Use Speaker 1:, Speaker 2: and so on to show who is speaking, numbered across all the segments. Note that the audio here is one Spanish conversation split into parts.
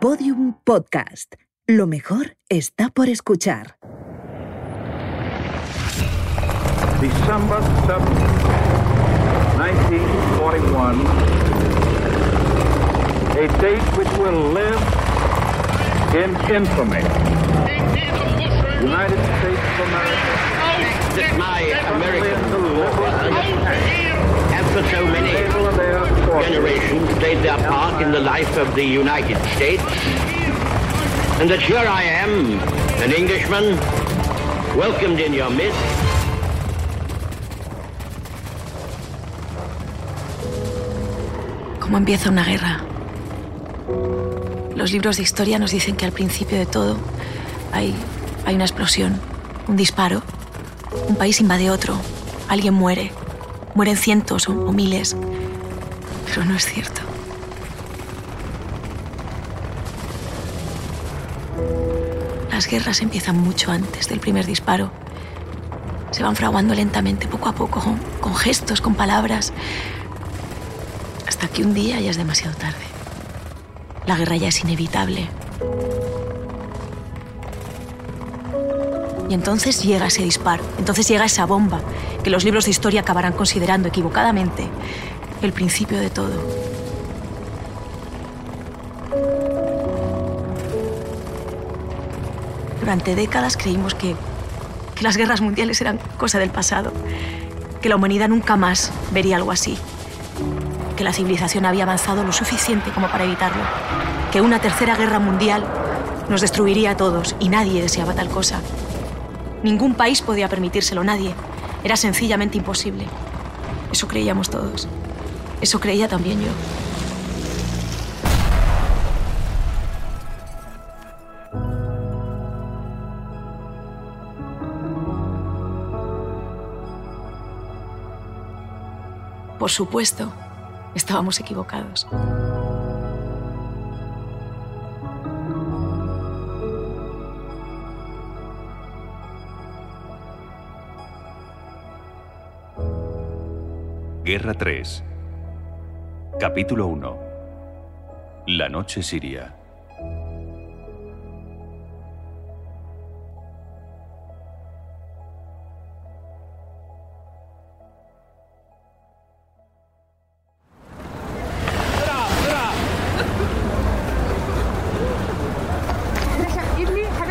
Speaker 1: Podium Podcast. Lo mejor está por escuchar.
Speaker 2: December 7, 1941, a date which will live in infamy. United States of America,
Speaker 3: That my American
Speaker 2: the liberal
Speaker 3: and for so many
Speaker 2: people of their fortune.
Speaker 3: generations played their part in the life of the United States, and that here I am, an Englishman, welcomed in your midst.
Speaker 4: ¿Cómo empieza una guerra? Los libros de historia nos dicen que al principio de todo hay, hay una explosión, un disparo, un país invade otro, alguien muere, mueren cientos o, o miles, pero no es cierto. Las guerras empiezan mucho antes del primer disparo. Se van fraguando lentamente, poco a poco, con- con gestos, con palabras, hasta que un día ya es demasiado tarde. La guerra ya es inevitable. Y entonces llega ese disparo, entonces llega esa bomba, que los libros de historia acabarán considerando equivocadamente el principio de todo. Durante décadas creímos que, que las guerras mundiales eran cosa del pasado, que la humanidad nunca más vería algo así que la civilización había avanzado lo suficiente como para evitarlo, que una tercera guerra mundial nos destruiría a todos y nadie deseaba tal cosa. Ningún país podía permitírselo, nadie. Era sencillamente imposible. Eso creíamos todos. Eso creía también yo. Por supuesto, estábamos equivocados.
Speaker 5: Guerra 3 Capítulo 1 La noche siria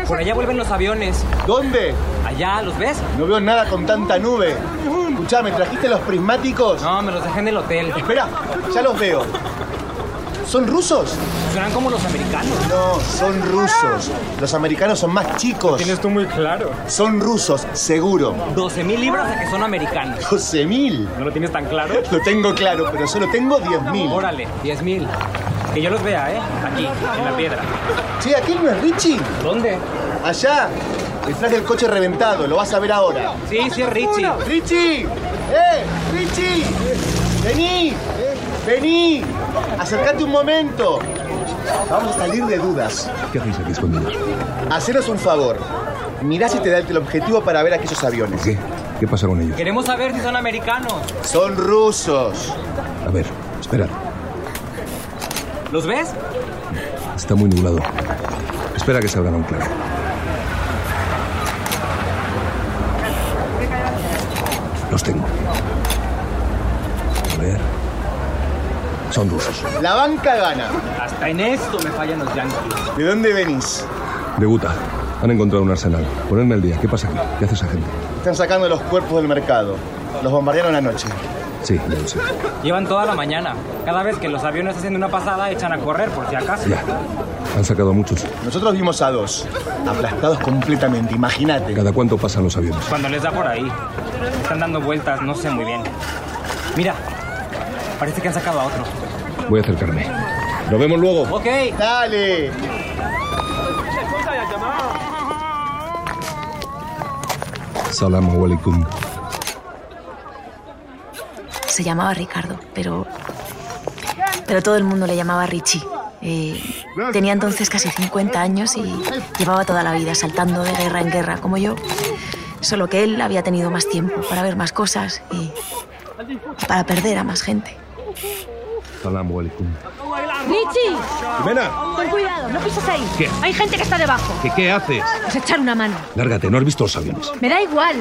Speaker 6: Por allá vuelven los aviones.
Speaker 7: ¿Dónde?
Speaker 6: Allá, ¿los ves?
Speaker 7: No veo nada con tanta nube. Escuchame, ¿trajiste los prismáticos?
Speaker 6: No, me los dejé en el hotel.
Speaker 7: Espera, ya los veo. ¿Son rusos?
Speaker 6: Suenan como los americanos.
Speaker 7: No, son rusos. Los americanos son más chicos.
Speaker 6: tú muy claro.
Speaker 7: Son rusos, seguro.
Speaker 6: 12 mil libras a que son americanos.
Speaker 7: 12.000.
Speaker 6: ¿No lo tienes tan claro?
Speaker 7: Lo tengo claro, pero solo tengo 10.000.
Speaker 6: Órale, 10 mil. Que yo los vea, ¿eh? Aquí, en la piedra.
Speaker 7: Che, ¿aquel no es Richie?
Speaker 6: ¿Dónde?
Speaker 7: Allá. El flash del coche reventado, lo vas a ver ahora.
Speaker 6: Sí, sí, es Richie.
Speaker 7: ¡Richie! ¡Eh! ¡Richie! ¡Vení! ¡Vení! ¡Acercate un momento! Vamos a salir de dudas.
Speaker 8: ¿Qué hacéis aquí escondidos?
Speaker 7: Haceros un favor. Mirá si te da el teleobjetivo para ver aquellos aviones.
Speaker 8: ¿Qué? ¿Qué pasa con ellos?
Speaker 6: Queremos saber si son americanos.
Speaker 7: Son rusos.
Speaker 8: A ver, esperad.
Speaker 6: ¿Los ves?
Speaker 8: Está muy nublado. Espera que salgan a un claro. Los tengo. A ver. Son rusos.
Speaker 7: La banca gana.
Speaker 6: Hasta en esto me fallan los yankees.
Speaker 7: ¿De dónde venís?
Speaker 8: De Utah. Han encontrado un arsenal. Ponerme al día. ¿Qué pasa aquí? ¿Qué hace esa gente?
Speaker 7: Están sacando los cuerpos del mercado. Los bombardearon anoche.
Speaker 8: Sí, ya lo sé.
Speaker 6: Llevan toda la mañana. Cada vez que los aviones hacen una pasada, echan a correr, por si acaso.
Speaker 8: Ya. Han sacado a muchos.
Speaker 7: Nosotros vimos a dos. Aplastados completamente, imagínate.
Speaker 8: ¿Cada cuánto pasan los aviones?
Speaker 6: Cuando les da por ahí. Están dando vueltas, no sé muy bien. Mira, parece que han sacado a otro.
Speaker 8: Voy a acercarme. Lo vemos luego.
Speaker 6: Ok,
Speaker 7: ¡Dale!
Speaker 8: Salam alaikum.
Speaker 4: Se llamaba Ricardo, pero. Pero todo el mundo le llamaba Richie. Eh, tenía entonces casi 50 años y llevaba toda la vida saltando de guerra en guerra, como yo. Solo que él había tenido más tiempo para ver más cosas y- y para perder a más gente.
Speaker 8: Salam alaikum.
Speaker 4: ¡Richie!
Speaker 8: ¡Jimena!
Speaker 4: Ten cuidado, no pises ahí.
Speaker 8: ¿Qué?
Speaker 4: Hay gente que está debajo.
Speaker 8: ¿Qué, qué haces?
Speaker 4: Pues echar una mano.
Speaker 8: Lárgate, no has visto los aviones.
Speaker 4: Me da igual.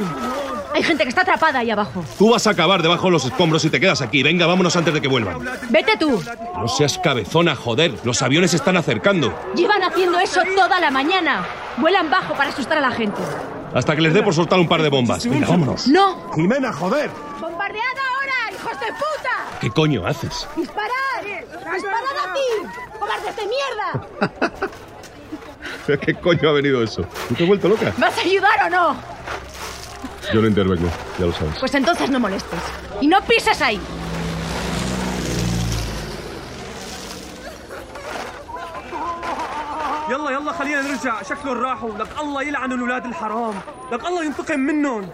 Speaker 4: Hay gente que está atrapada ahí abajo.
Speaker 8: Tú vas a acabar debajo de los escombros y te quedas aquí. Venga, vámonos antes de que vuelvan.
Speaker 4: Vete tú.
Speaker 8: No seas cabezona, joder. Los aviones se están acercando.
Speaker 4: Llevan haciendo eso toda la mañana. Vuelan bajo para asustar a la gente.
Speaker 8: Hasta que les dé por soltar un par de bombas. Venga, vámonos.
Speaker 4: ¡No!
Speaker 8: ¡Jimena, joder!
Speaker 4: ¡Bombardead ahora, hijos de puta!
Speaker 8: ¿Qué coño haces?
Speaker 4: ¡Disparad! ¡Disparad a ti! ¡Cobardes de mierda!
Speaker 8: ¿Pero ¿Qué coño ha venido eso? ¿Tú te has vuelto loca?
Speaker 4: ¿Vas a ayudar o no?
Speaker 8: Yo no intervengo, ya lo sabes.
Speaker 4: Pues entonces no molestes. Y no pises ahí.
Speaker 2: يلا يلا خلينا نرجع شكلهم راحوا لك الله يلعن الاولاد الحرام لك الله ينتقم منهم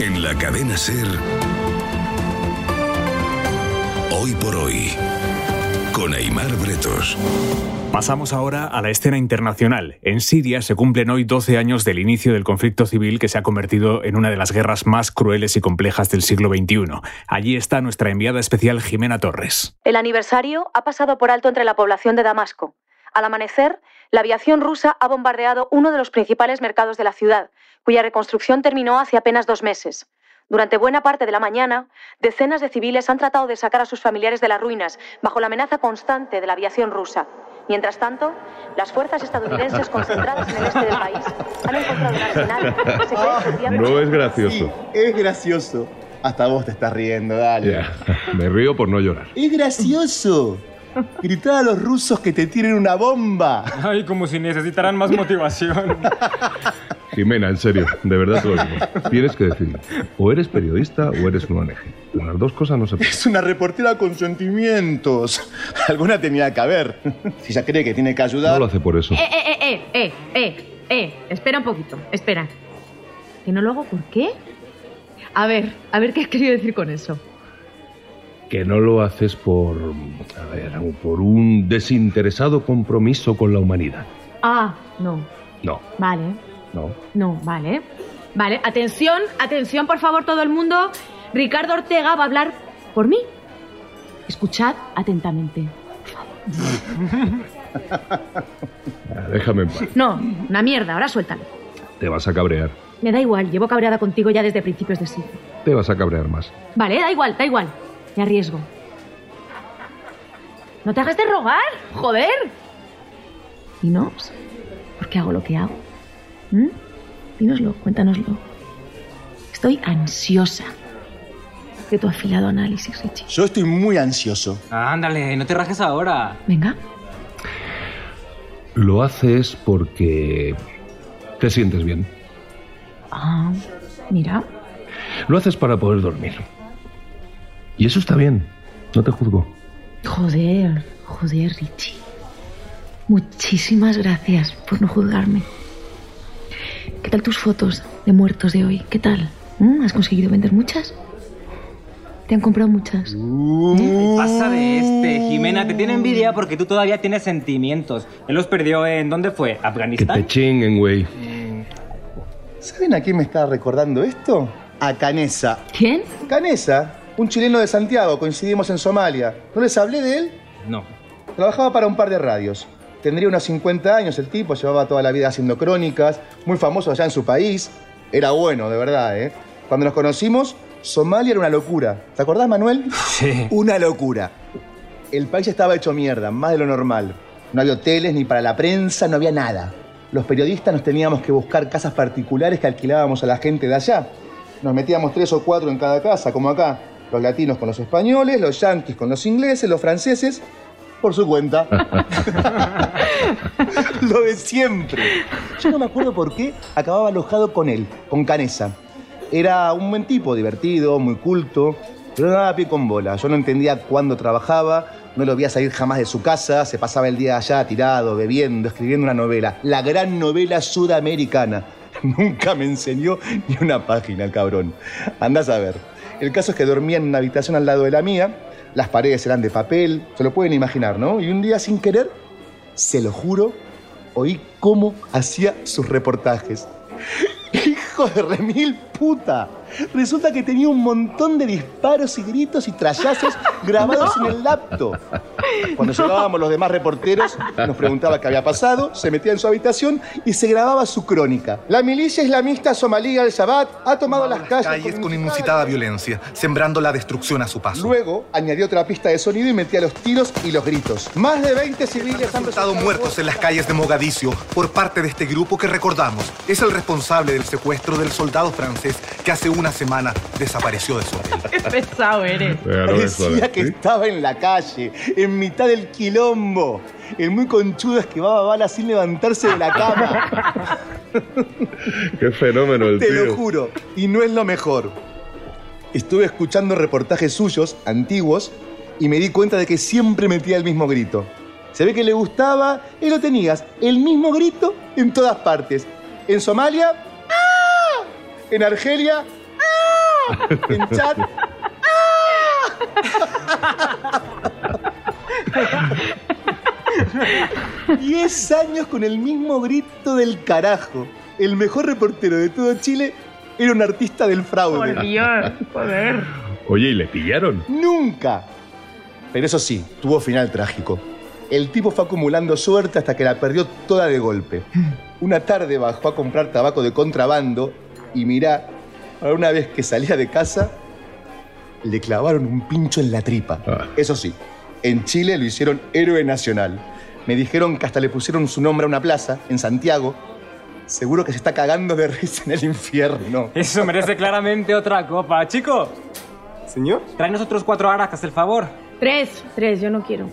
Speaker 9: En la cadena Ser. Hoy por hoy. Con Aymar Bretos.
Speaker 6: Pasamos ahora a la escena internacional. En Siria se cumplen hoy 12 años del inicio del conflicto civil que se ha convertido en una de las guerras más crueles y complejas del siglo XXI. Allí está nuestra enviada especial Jimena Torres.
Speaker 10: El aniversario ha pasado por alto entre la población de Damasco. Al amanecer, la aviación rusa ha bombardeado uno de los principales mercados de la ciudad, cuya reconstrucción terminó hace apenas dos meses. Durante buena parte de la mañana, decenas de civiles han tratado de sacar a sus familiares de las ruinas bajo la amenaza constante de la aviación rusa. Mientras tanto, las fuerzas estadounidenses concentradas en el este del país han encontrado un arsenal. que se puede desviar-
Speaker 8: No es gracioso.
Speaker 7: Es gracioso. Hasta vos te estás riendo, dale.
Speaker 8: Ya, me río por no llorar.
Speaker 7: Es gracioso. Gritar a los rusos que te tiren una bomba.
Speaker 11: Ay, como si necesitaran más motivación.
Speaker 8: Jimena, en serio, de verdad te lo digo. Tienes que decirlo. O eres periodista o eres un ONG. Las dos cosas no se pueden.
Speaker 7: Es una reportera con sentimientos. Alguna tenía que haber. Si ya cree que tiene que ayudar.
Speaker 8: No lo hace por eso.
Speaker 4: Eh, eh, eh, eh, eh, eh, eh. Espera un poquito, espera. ¿Que no lo hago por qué? A ver, a ver qué has querido decir con eso.
Speaker 8: Que no lo haces por. A ver, por un desinteresado compromiso con la humanidad.
Speaker 4: Ah, no.
Speaker 8: No,
Speaker 4: Vale,
Speaker 8: no.
Speaker 4: no, vale. Vale, atención, atención, por favor, todo el mundo. Ricardo Ortega va a hablar por mí. Escuchad atentamente.
Speaker 8: Ah, Déjame en paz.
Speaker 4: No, una mierda, ahora suéltalo.
Speaker 8: Te vas a cabrear.
Speaker 4: Me da igual, llevo cabreada contigo ya desde principios de siglo.
Speaker 8: Te vas a cabrear más.
Speaker 4: Vale, da igual, da igual. Me arriesgo. No te hagas de rogar, joder. Dinos, ¿por qué hago lo que hago? ¿Mm? Dínoslo, cuéntanoslo. Estoy ansiosa de tu afilado análisis, Richie.
Speaker 7: Yo estoy muy ansioso.
Speaker 11: Ándale, no te rajes ahora.
Speaker 4: Venga.
Speaker 8: Lo haces porque. te sientes bien.
Speaker 4: Ah, mira.
Speaker 8: Lo haces para poder dormir. Y eso está bien. No te juzgo.
Speaker 4: Joder, joder, Richie. Muchísimas gracias por no juzgarme. ¿Qué tal tus fotos de muertos de hoy? ¿Qué tal? ¿Mm? ¿Has conseguido vender muchas? ¿Te han comprado muchas?
Speaker 11: ¿Qué pasa de este? Jimena, te tiene envidia porque tú todavía tienes sentimientos. Él los perdió en. ¿Dónde fue?
Speaker 8: Que te
Speaker 11: ¿Afganistán?
Speaker 8: chinguen, güey.
Speaker 7: ¿Saben a quién me está recordando esto? A Canesa.
Speaker 4: ¿Quién?
Speaker 7: Canesa, un chileno de Santiago, coincidimos en Somalia. ¿No les hablé de él?
Speaker 11: No.
Speaker 7: Trabajaba para un par de radios. Tendría unos 50 años el tipo, llevaba toda la vida haciendo crónicas, muy famoso allá en su país. Era bueno, de verdad, ¿eh? Cuando nos conocimos, Somalia era una locura. ¿Te acordás, Manuel?
Speaker 11: Sí.
Speaker 7: Una locura. El país estaba hecho mierda, más de lo normal. No había hoteles ni para la prensa, no había nada. Los periodistas nos teníamos que buscar casas particulares que alquilábamos a la gente de allá. Nos metíamos tres o cuatro en cada casa, como acá. Los latinos con los españoles, los yanquis con los ingleses, los franceses, por su cuenta. lo de siempre. Yo no me acuerdo por qué acababa alojado con él, con Canesa. Era un buen tipo, divertido, muy culto, pero no daba pie con bola. Yo no entendía cuándo trabajaba, no lo veía salir jamás de su casa, se pasaba el día allá tirado, bebiendo, escribiendo una novela, la gran novela sudamericana. Nunca me enseñó ni una página el cabrón. Andás a ver. El caso es que dormía en una habitación al lado de la mía, las paredes eran de papel, se lo pueden imaginar, ¿no? Y un día sin querer se lo juro, oí cómo hacía sus reportajes. ¡Hijo de remil puta! Resulta que tenía un montón de disparos y gritos y trallazos grabados en el laptop. Cuando llegábamos los demás reporteros, nos preguntaba qué había pasado, se metía en su habitación y se grababa su crónica. La milicia islamista somalí al-Shabaab ha tomado las calles,
Speaker 5: con inusitada violencia, sembrando la destrucción a su paso.
Speaker 7: Luego añadió otra pista de sonido y metía los tiros y los gritos. Más de 20 civiles han
Speaker 5: resultado muertos en las calles de Mogadiscio por parte de este grupo que recordamos es el responsable del secuestro del soldado francés que hace una semana desapareció de su hotel.
Speaker 12: Qué pesado eres.
Speaker 7: Parecía que estaba en la calle, en mitad del quilombo. El muy conchudo esquivaba balas sin levantarse de la cama.
Speaker 8: Qué fenómeno el
Speaker 7: Te
Speaker 8: tío.
Speaker 7: lo juro. Y no es lo mejor. Estuve escuchando reportajes suyos, antiguos, y me di cuenta de que siempre metía el mismo grito. Se ve que le gustaba y lo tenías. El mismo grito en todas partes. En Somalia. ¡ah! En Argelia. ¡ah! En Chad. Diez años con el mismo grito del carajo. El mejor reportero de todo Chile era un artista del fraude.
Speaker 12: Por Dios, joder.
Speaker 8: Oye, ¿y le pillaron?
Speaker 7: Nunca. Pero eso sí, tuvo final trágico. El tipo fue acumulando suerte hasta que la perdió toda de golpe. Una tarde bajó a comprar tabaco de contrabando y mirá, para una vez que salía de casa, le clavaron un pincho en la tripa.
Speaker 6: Ah.
Speaker 7: Eso sí, en Chile lo hicieron héroe nacional. Me dijeron que hasta le pusieron su nombre a una plaza en Santiago. Seguro que se está cagando de risa en el infierno.
Speaker 6: Eso merece claramente otra copa. Chicos. ¿Señor? Tráenos otros cuatro aracas, el favor.
Speaker 12: Tres, tres, yo no quiero.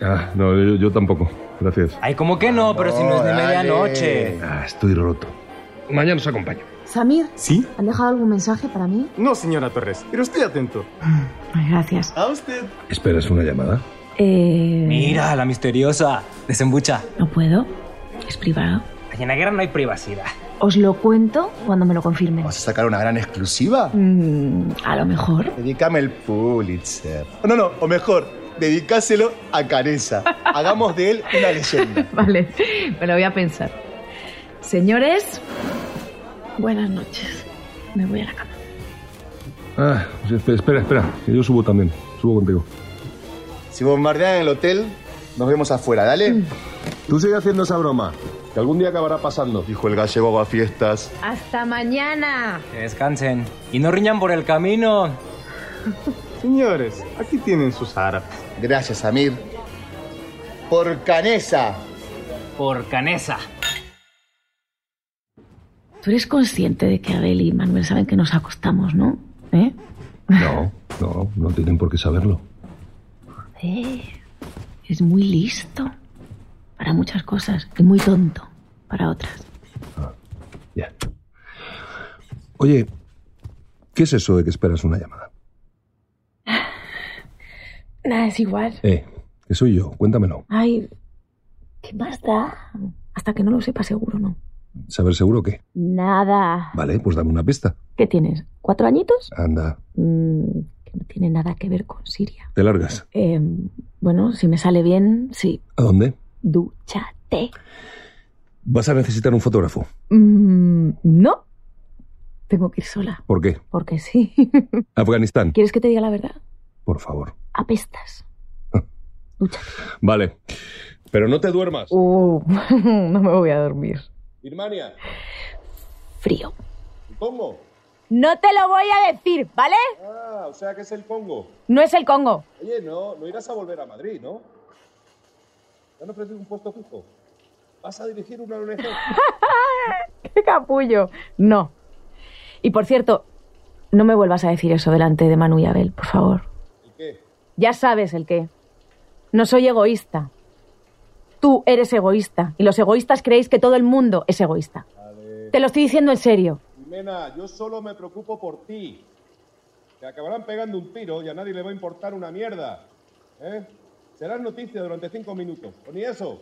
Speaker 8: Ah, no, yo, yo tampoco. Gracias.
Speaker 6: Ay, ¿cómo que no? Pero si no es de
Speaker 8: Órale.
Speaker 6: medianoche.
Speaker 8: Ah, estoy roto. Mañana os acompaño.
Speaker 4: Samir,
Speaker 2: ¿Sí?
Speaker 4: ¿han dejado algún mensaje para mí?
Speaker 2: No, señora Torres, pero estoy atento.
Speaker 4: Ay, gracias.
Speaker 2: A usted.
Speaker 8: ¿Esperas una llamada?
Speaker 4: Eh,
Speaker 6: Mira, la misteriosa. Desembucha.
Speaker 4: No puedo. Es privado.
Speaker 6: Ay, En la guerra no hay privacidad.
Speaker 4: Os lo cuento cuando me lo confirmen.
Speaker 7: ¿Vas a sacar una gran exclusiva?
Speaker 4: Mm, a lo mejor.
Speaker 7: Dedícame el Pulitzer. No, no, o mejor, dedicáselo a Canesa. Hagamos de él una leyenda.
Speaker 4: Vale, me lo voy a pensar. Señores, buenas noches. Me voy a la cama.
Speaker 8: Ah, sí, espe- espera, espera. que yo subo también. Subo contigo.
Speaker 7: Si bombardean el hotel, nos vemos afuera, dale.
Speaker 8: Tú sigue haciendo esa broma, que algún día acabará pasando.
Speaker 7: Dijo el gallego a fiestas.
Speaker 12: Hasta mañana.
Speaker 6: Que descansen. Y no riñan por el camino.
Speaker 2: Señores, aquí tienen sus árabes.
Speaker 7: Gracias, Amir. Por Canesa.
Speaker 6: Por Canesa.
Speaker 4: Tú eres consciente de que Abel y Manuel saben que nos acostamos, ¿no? ¿Eh?
Speaker 8: No, no, no tienen por qué saberlo.
Speaker 4: Eh, es muy listo para muchas cosas y muy tonto para otras.
Speaker 8: Oye, ¿qué es eso de que esperas una llamada?
Speaker 4: Nada, es igual.
Speaker 8: Eh, que soy yo, cuéntamelo.
Speaker 4: Ay, ¿qué más da? Hasta que no lo sepa seguro, ¿no?
Speaker 8: ¿Saber seguro qué?
Speaker 4: Nada.
Speaker 8: Vale, pues dame una pista.
Speaker 4: ¿Qué tienes? ¿Cuatro añitos?
Speaker 8: Anda,
Speaker 4: Mm, que no tiene nada que ver con Siria.
Speaker 8: te largas.
Speaker 4: Eh, bueno, si me sale bien, sí.
Speaker 8: ¿A dónde?
Speaker 4: Dúchate.
Speaker 8: Vas a necesitar un fotógrafo.
Speaker 4: Mm, no. Tengo que ir sola,
Speaker 8: ¿Por qué?
Speaker 4: porque sí.
Speaker 8: Afganistán,
Speaker 4: ¿Quieres que te diga la verdad?
Speaker 8: por favor.
Speaker 4: Apestas.
Speaker 8: Vale, pero no te duermas.
Speaker 4: Uh, no me voy a dormir.
Speaker 8: Birmania.
Speaker 4: Frío.
Speaker 8: Congo.
Speaker 12: No te lo voy a decir, ¿vale?
Speaker 8: Ah, o sea que es el Congo.
Speaker 12: No es el Congo.
Speaker 8: Oye, no, no irás a volver a Madrid, ¿no? ¿Te han ofrecido un puesto fijo? ¿Vas a dirigir una ONG?
Speaker 4: ¡Qué capullo! No. Y por cierto, no me vuelvas a decir eso delante de Manu y Abel, por favor.
Speaker 8: ¿Y qué?
Speaker 4: Ya sabes el qué. No soy egoísta. Tú eres egoísta. Y los egoístas creéis que todo el mundo es egoísta. Te lo estoy diciendo en serio.
Speaker 8: Jimena, yo solo me preocupo por ti. Te acabarán pegando un tiro y a nadie le va a importar una mierda. ¿Eh? Serán noticias durante cinco minutos. O ni eso.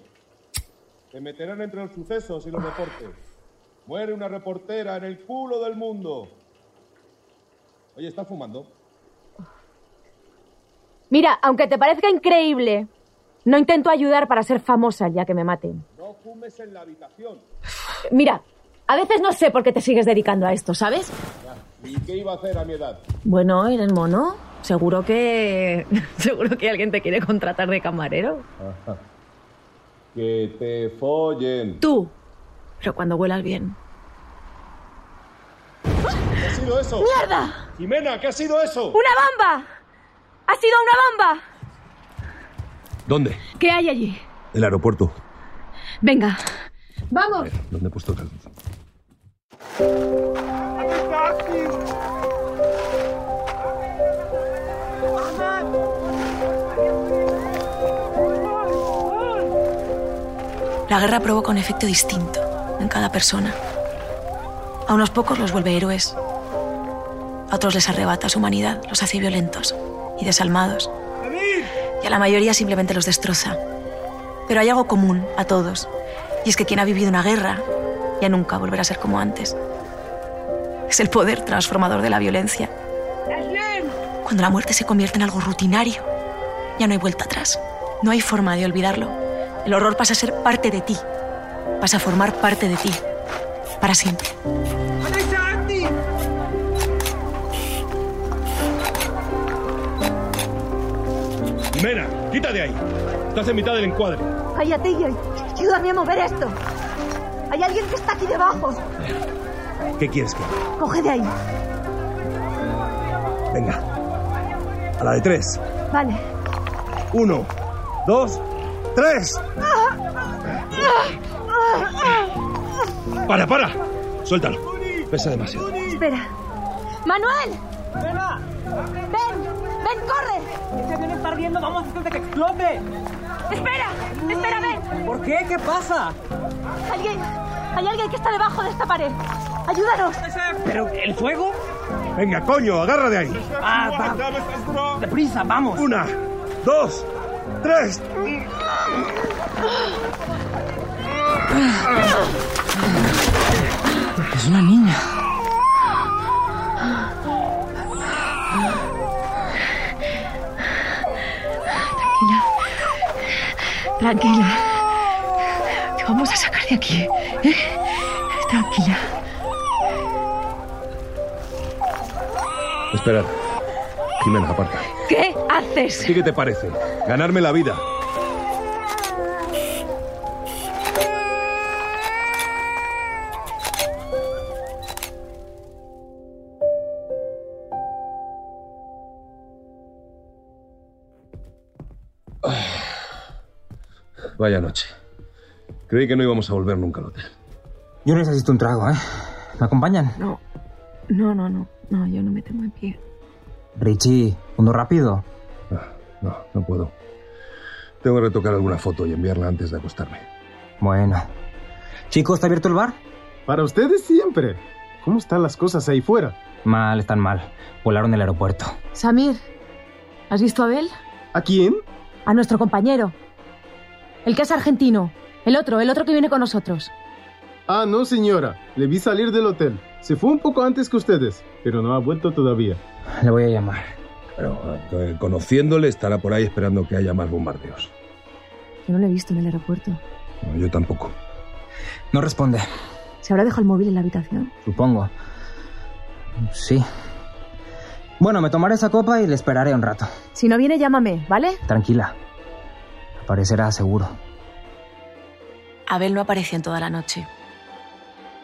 Speaker 8: Te meterán entre los sucesos y los deportes. Muere una reportera en el culo del mundo. Oye, ¿estás fumando?
Speaker 4: Mira, aunque te parezca increíble, no intento ayudar para ser famosa ya que me maten.
Speaker 13: fumes en la habitación.
Speaker 14: Mira, a veces no sé por qué te sigues dedicando a esto, ¿sabes?
Speaker 13: Ya, ¿Y qué iba a hacer a mi edad?
Speaker 14: Bueno, eres mono. Seguro que. Seguro que alguien te quiere contratar de camarero.
Speaker 13: Ajá. Que te follen.
Speaker 4: Tú. Pero cuando huelas bien.
Speaker 13: ¿Qué ha sido eso?
Speaker 4: ¡Mierda!
Speaker 13: Jimena, ¿qué ha sido eso?
Speaker 4: ¡Una bamba! ¡Ha sido una bamba!
Speaker 8: ¿Dónde?
Speaker 4: ¿Qué hay allí?
Speaker 8: El aeropuerto.
Speaker 4: Venga. ¡Vamos!
Speaker 8: ¿Dónde he puesto el calzón?
Speaker 4: La guerra provoca un efecto distinto en cada persona. A unos pocos los vuelve héroes. A otros les arrebata su humanidad, los hace violentos y desalmados. Y a la mayoría simplemente los destroza. Pero hay algo común a todos. Y es que quien ha vivido una guerra ya nunca volverá a ser como antes. Es el poder transformador de la violencia. Cuando la muerte se convierte en algo rutinario, ya no hay vuelta atrás. No hay forma de olvidarlo. El horror pasa a ser parte de ti. Pasa a formar parte de ti. Para siempre.
Speaker 13: Jimena, quítate ahí. Estás en mitad del encuadre.
Speaker 15: Cállate y ayúdame a mover esto. Hay alguien que está aquí debajo.
Speaker 8: ¿Qué quieres que haga?
Speaker 15: Coge de ahí.
Speaker 8: Venga. A la de tres.
Speaker 15: Vale.
Speaker 8: Uno, dos, tres. Para, para. Suéltalo. Pesa demasiado.
Speaker 15: Espera. ¡Manuel! ¡Ven! ¡Ven, corre!
Speaker 16: Este avión está ardiendo, vamos antes de que explote.
Speaker 15: ¡Espera! ¡Espera, ven!
Speaker 16: ¿Por qué? ¿Qué pasa?
Speaker 15: Alguien. Hay alguien que está debajo de esta pared. ¡Ayúdanos!
Speaker 16: ¿Pero el fuego?
Speaker 8: Venga, coño, agarra de ahí.
Speaker 16: Ah, va. Deprisa, vamos.
Speaker 8: Una, dos, tres.
Speaker 16: Es una niña.
Speaker 1: Tranquila. Tranquila. Te vamos a sacar de aquí. ¿eh? Tranquila.
Speaker 8: Esperad. Jimena, aparta.
Speaker 1: ¿Qué haces?
Speaker 8: ¿Qué te parece? Ganarme la vida. Ah. Vaya noche. Creí que no íbamos a volver nunca al hotel.
Speaker 6: Yo necesito un trago, ¿eh? ¿Me acompañan?
Speaker 1: No. No, no, no. No, yo no me tengo en pie.
Speaker 6: Richie, uno rápido.
Speaker 8: Ah, No, no puedo. Tengo que retocar alguna foto y enviarla antes de acostarme.
Speaker 6: Bueno. Chicos, ¿está abierto el bar?
Speaker 17: Para ustedes siempre. ¿Cómo están las cosas ahí fuera?
Speaker 6: Mal, están mal. Volaron del aeropuerto.
Speaker 14: Samir, ¿has visto a Abel?
Speaker 17: ¿A quién?
Speaker 14: A nuestro compañero. El que es argentino. El otro, el otro que viene con nosotros.
Speaker 17: Ah, no, señora. Le vi salir del hotel. Se fue un poco antes que ustedes, pero no ha vuelto todavía.
Speaker 6: Le voy a llamar.
Speaker 8: Pero eh, conociéndole estará por ahí esperando que haya más bombardeos.
Speaker 1: Yo no lo he visto en el aeropuerto.
Speaker 8: No, yo tampoco.
Speaker 6: No responde.
Speaker 1: ¿Se habrá dejado el móvil en la habitación?
Speaker 6: Supongo. Sí. Bueno, me tomaré esa copa y le esperaré un rato.
Speaker 1: Si no viene, llámame, ¿vale?
Speaker 6: Tranquila. Aparecerá seguro.
Speaker 4: Abel no apareció en toda la noche,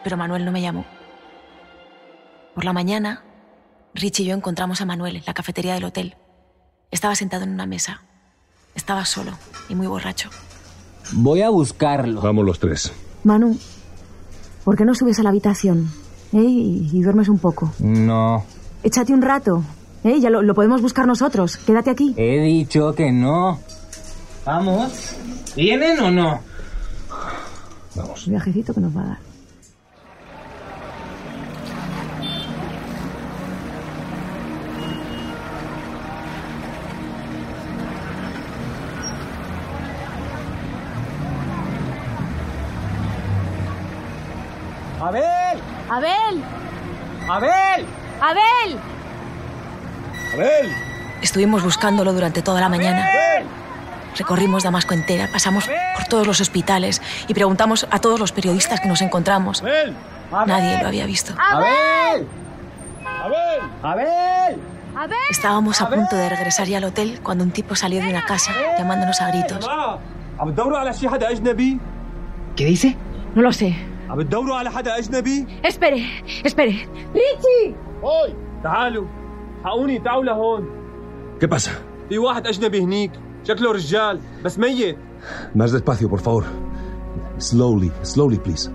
Speaker 4: pero Manuel no me llamó. Por la mañana, Rich y yo encontramos a Manuel en la cafetería del hotel. Estaba sentado en una mesa. Estaba solo y muy borracho.
Speaker 8: Voy a buscarlo. Vamos los tres.
Speaker 1: Manu, ¿por qué no subes a la habitación? ¿eh? Y, y duermes un poco.
Speaker 6: No.
Speaker 1: Échate un rato. ¿eh? Ya lo, lo podemos buscar nosotros. Quédate aquí.
Speaker 6: He dicho que no. Vamos. ¿Vienen o no?
Speaker 8: Vamos.
Speaker 1: El viajecito que nos va a dar.
Speaker 6: ¡Abel!
Speaker 14: ¡Abel!
Speaker 6: ¡Abel!
Speaker 14: ¡Abel!
Speaker 8: ¡Abel!
Speaker 4: Estuvimos buscándolo durante toda la mañana.
Speaker 18: Recorrimos Damasco entera, pasamos por todos los hospitales y preguntamos a todos los periodistas que nos encontramos. Nadie lo había visto.
Speaker 19: ¡Abel! ¡Abel! ¡Abel!
Speaker 18: Estábamos a punto de regresar ya al hotel cuando un tipo salió de una casa llamándonos a gritos.
Speaker 2: Ah,
Speaker 19: عم تدوروا على شي حدا اجنبي؟
Speaker 20: ¿Qué dice?
Speaker 4: No lo sé.
Speaker 19: عم تدوروا على حدا اجنبي؟
Speaker 4: Espere, espere.
Speaker 19: ريتشي! هوي تعالوا حقوني تعالوا لهون
Speaker 8: ¿Qué pasa?
Speaker 19: في واحد اجنبي هنيك شكله رجال بس ميت
Speaker 8: Más despacio, por favor. Slowly, slowly, please.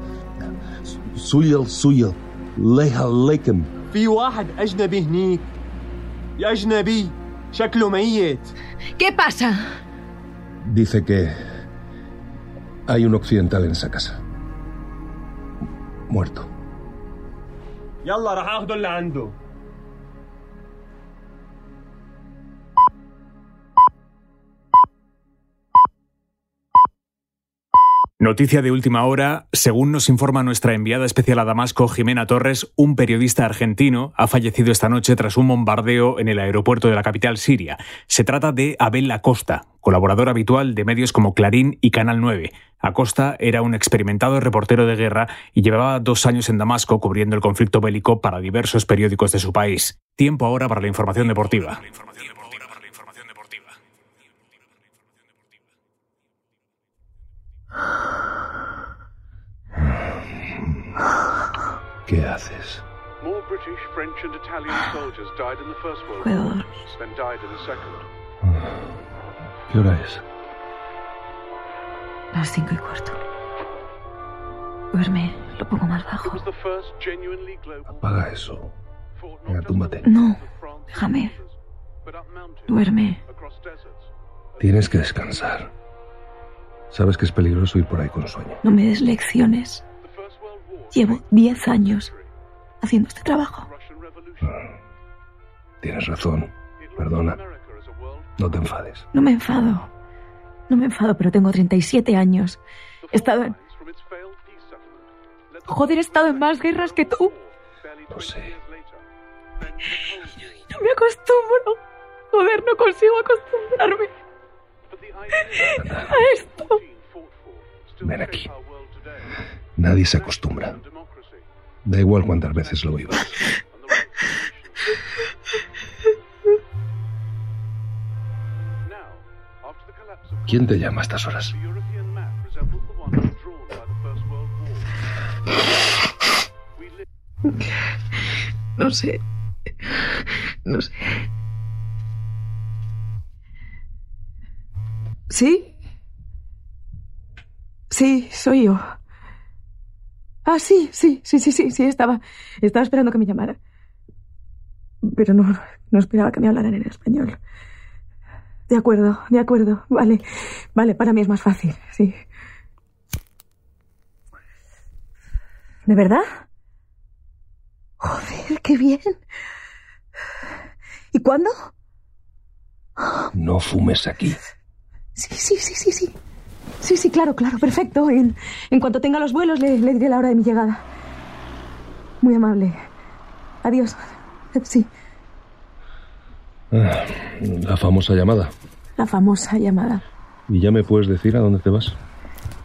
Speaker 8: Suyel, suyel. Leha, leikem.
Speaker 19: في واحد اجنبي هنيك يا اجنبي شكله ميت
Speaker 4: ¿Qué pasa?
Speaker 8: Dice que hay un occidental en esa casa. Muerto.
Speaker 19: يلا رح اخده اللي عنده
Speaker 2: Noticia de última hora, según nos informa nuestra enviada especial a Damasco, Jimena Torres, un periodista argentino ha fallecido esta noche tras un bombardeo en el aeropuerto de la capital siria. Se trata de Abel Acosta, colaborador habitual de medios como Clarín y Canal 9. Acosta era un experimentado reportero de guerra y llevaba dos años en Damasco cubriendo el conflicto bélico para diversos periódicos de su país. Tiempo ahora para la información deportiva.
Speaker 8: ¿Qué haces?
Speaker 21: More British, French, and Italian
Speaker 8: Ah.
Speaker 21: soldiers died in the First World
Speaker 8: Well.
Speaker 21: War than died in the Second.
Speaker 8: ¿Qué hora es?
Speaker 4: Las cinco y cuarto. Duerme lo pongo más bajo.
Speaker 8: Apaga eso. Venga, túmbate.
Speaker 4: No, déjame. Duerme.
Speaker 8: Tienes que descansar. Sabes que es peligroso ir por ahí con sueño.
Speaker 4: No me des lecciones. Llevo diez años haciendo este trabajo.
Speaker 8: Tienes razón. Perdona. No te enfades.
Speaker 4: No me enfado. No me enfado, pero tengo 37 años. He estado en... Joder, he estado en más guerras que tú.
Speaker 8: No sé.
Speaker 4: No me acostumbro. Joder, no consigo acostumbrarme a esto.
Speaker 8: Ven aquí. Nadie se acostumbra. Da igual cuántas veces lo oigo. ¿Quién te llama a estas horas?
Speaker 4: No sé. No sé.
Speaker 22: ¿Sí? Sí, soy yo. Ah, sí, sí, sí, sí, sí, sí, estaba, estaba esperando que me llamara. Pero no, no esperaba que me hablaran en español. De acuerdo, de acuerdo, vale, vale, para mí es más fácil, sí. ¿De verdad? Joder, qué bien. ¿Y cuándo?
Speaker 8: No fumes aquí.
Speaker 22: Sí, sí, sí, sí, sí. Sí, sí, claro, claro, perfecto. En, en cuanto tenga los vuelos le, le diré la hora de mi llegada. Muy amable. Adiós. Sí,
Speaker 8: Ah, La famosa llamada.
Speaker 22: la famosa llamada
Speaker 8: ¿Y ya me puedes decir a dónde te vas?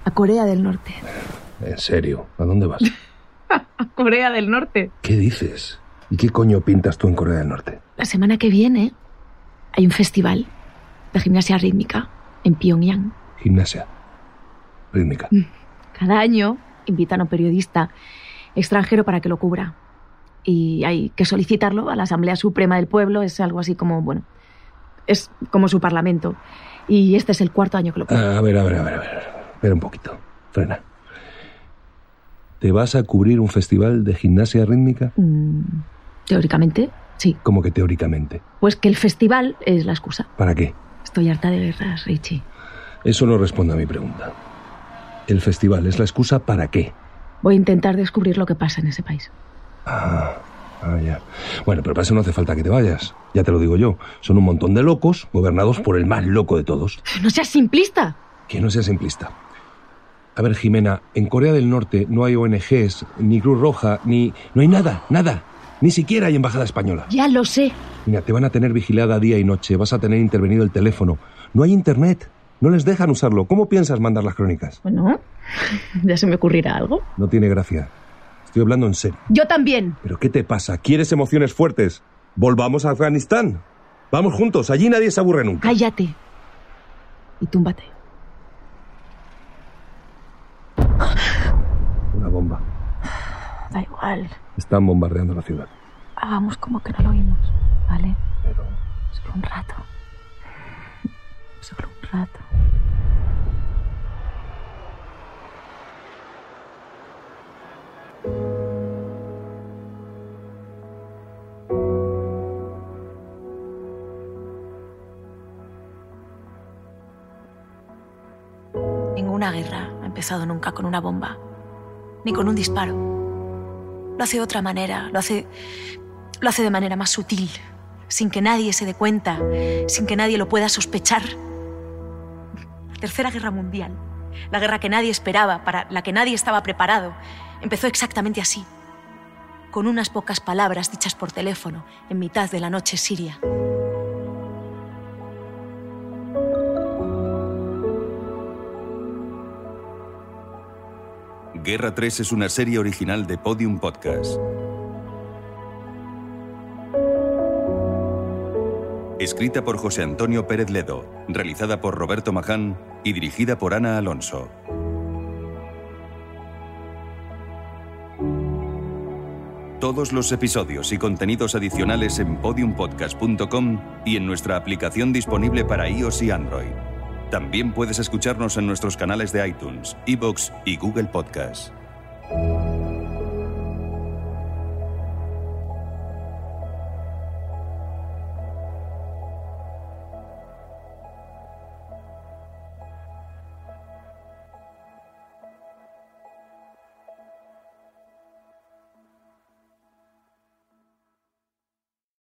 Speaker 4: A Corea del Norte.
Speaker 8: En serio, ¿a dónde vas?
Speaker 4: A Corea del Norte.
Speaker 8: ¿Qué dices? ¿Y qué coño pintas tú en Corea del Norte?
Speaker 4: La semana que viene hay un festival de gimnasia rítmica en Pyongyang.
Speaker 8: Gimnasia. Rítmica.
Speaker 4: Cada año invitan a un periodista extranjero para que lo cubra. Y hay que solicitarlo a la Asamblea Suprema del Pueblo, es algo así como, bueno, es como su parlamento. Y este es el cuarto año que lo cubre.
Speaker 8: Ah, A ver, a ver, a ver, a ver. Espera un poquito. Frena. ¿Te vas a cubrir un festival de gimnasia rítmica?
Speaker 4: Mm, teóricamente, sí.
Speaker 8: Como que teóricamente.
Speaker 4: Pues que el festival es la excusa.
Speaker 8: ¿Para qué?
Speaker 4: Estoy harta de guerras, Richie.
Speaker 8: Eso no responde a mi pregunta. El festival es la excusa para qué.
Speaker 4: Voy a intentar descubrir lo que pasa en ese país.
Speaker 8: Ah, ah, ya. Bueno, pero para eso no hace falta que te vayas. Ya te lo digo yo. Son un montón de locos gobernados por el más loco de todos.
Speaker 4: ¡No seas simplista!
Speaker 8: Que no sea simplista. A ver, Jimena, en Corea del Norte no hay ONGs, ni Cruz Roja, ni... No hay nada, nada. Ni siquiera hay embajada española.
Speaker 4: Ya lo sé.
Speaker 8: Mira, te van a tener vigilada día y noche, vas a tener intervenido el teléfono. No hay internet. No les dejan usarlo. ¿Cómo piensas mandar las crónicas?
Speaker 14: Bueno, ya se me ocurrirá algo.
Speaker 8: No tiene gracia. Estoy hablando en serio.
Speaker 14: Yo también.
Speaker 8: ¿Pero qué te pasa? ¿Quieres emociones fuertes? Volvamos a Afganistán. Vamos juntos. Allí nadie se aburre nunca.
Speaker 14: Cállate. Y túmbate.
Speaker 8: Una bomba.
Speaker 14: Da igual.
Speaker 8: Están bombardeando la ciudad.
Speaker 14: Hagamos como que no lo oímos, ¿vale? Solo un rato. Solo un rato.
Speaker 4: Ninguna guerra ha empezado nunca con una bomba, ni con un disparo. Lo hace de otra manera, lo hace, lo hace de manera más sutil, sin que nadie se dé cuenta, sin que nadie lo pueda sospechar. La Tercera Guerra Mundial, la guerra que nadie esperaba, para la que nadie estaba preparado, empezó exactamente así, con unas pocas palabras dichas por teléfono en mitad de la noche siria.
Speaker 5: Guerra 3 es una serie original de Podium Podcast. Escrita por José Antonio Pérez Ledo, realizada por Roberto Maján y dirigida por Ana Alonso. Todos los episodios y contenidos adicionales en podiumpodcast.com y en nuestra aplicación disponible para iOS y Android. También puedes escucharnos en nuestros canales de iTunes, iBox y Google Podcast.